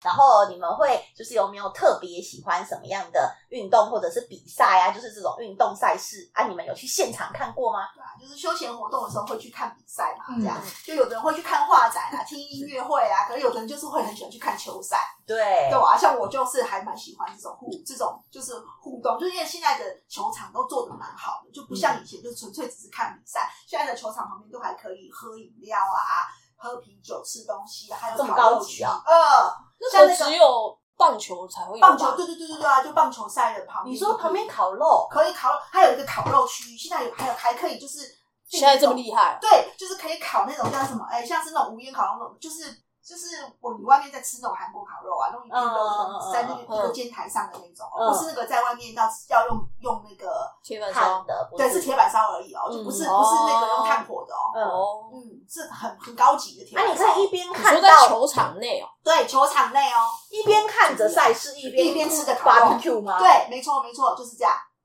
然后你们会就是有没有特别喜欢什么样的运动或者是比赛啊？就是这种运动赛事啊，你们有去现场看过吗？对啊，就是休闲活动的时候会去看比赛嘛，嗯这样就有的人会去看画展啊、听音乐会啊，可是有的人就是会很喜欢去看球赛，对对啊，像我就是还蛮喜欢这种互这种就是互动，就是因为现在的球场都做的蛮好的，就不嗯像以前就纯粹只是看比赛，现在的球场旁边都还可以喝饮料啊、喝啤酒、吃东西，还有这么烤肉高级区啊呃，那像那时候个只有棒球才会有吧棒球，对对对对对啊，就棒球赛的旁边，你说旁边烤肉，可以烤肉，还有一个烤肉区，现在有还有还可以就是现在这么厉害，对，就是可以烤那种叫什么，哎、像是那种无烟烤肉那种，就是就是我你外面在吃那种韩国烤肉啊，那种一片都是在那个一个尖台上的那种，嗯不是那个在外面要要用用那个，铁板看烧的不嗯对，是铁板烧而已哦，就不是、嗯不是那个哦用炭火的哦，嗯，哦。嗯，是很很高级的铁啊，板你烧。可以一边你看说在到球场内哦，对球场内哦，一边看着赛事，一边一边吃着烤肉 barbecue 吗？，对，没错没错，就是这样。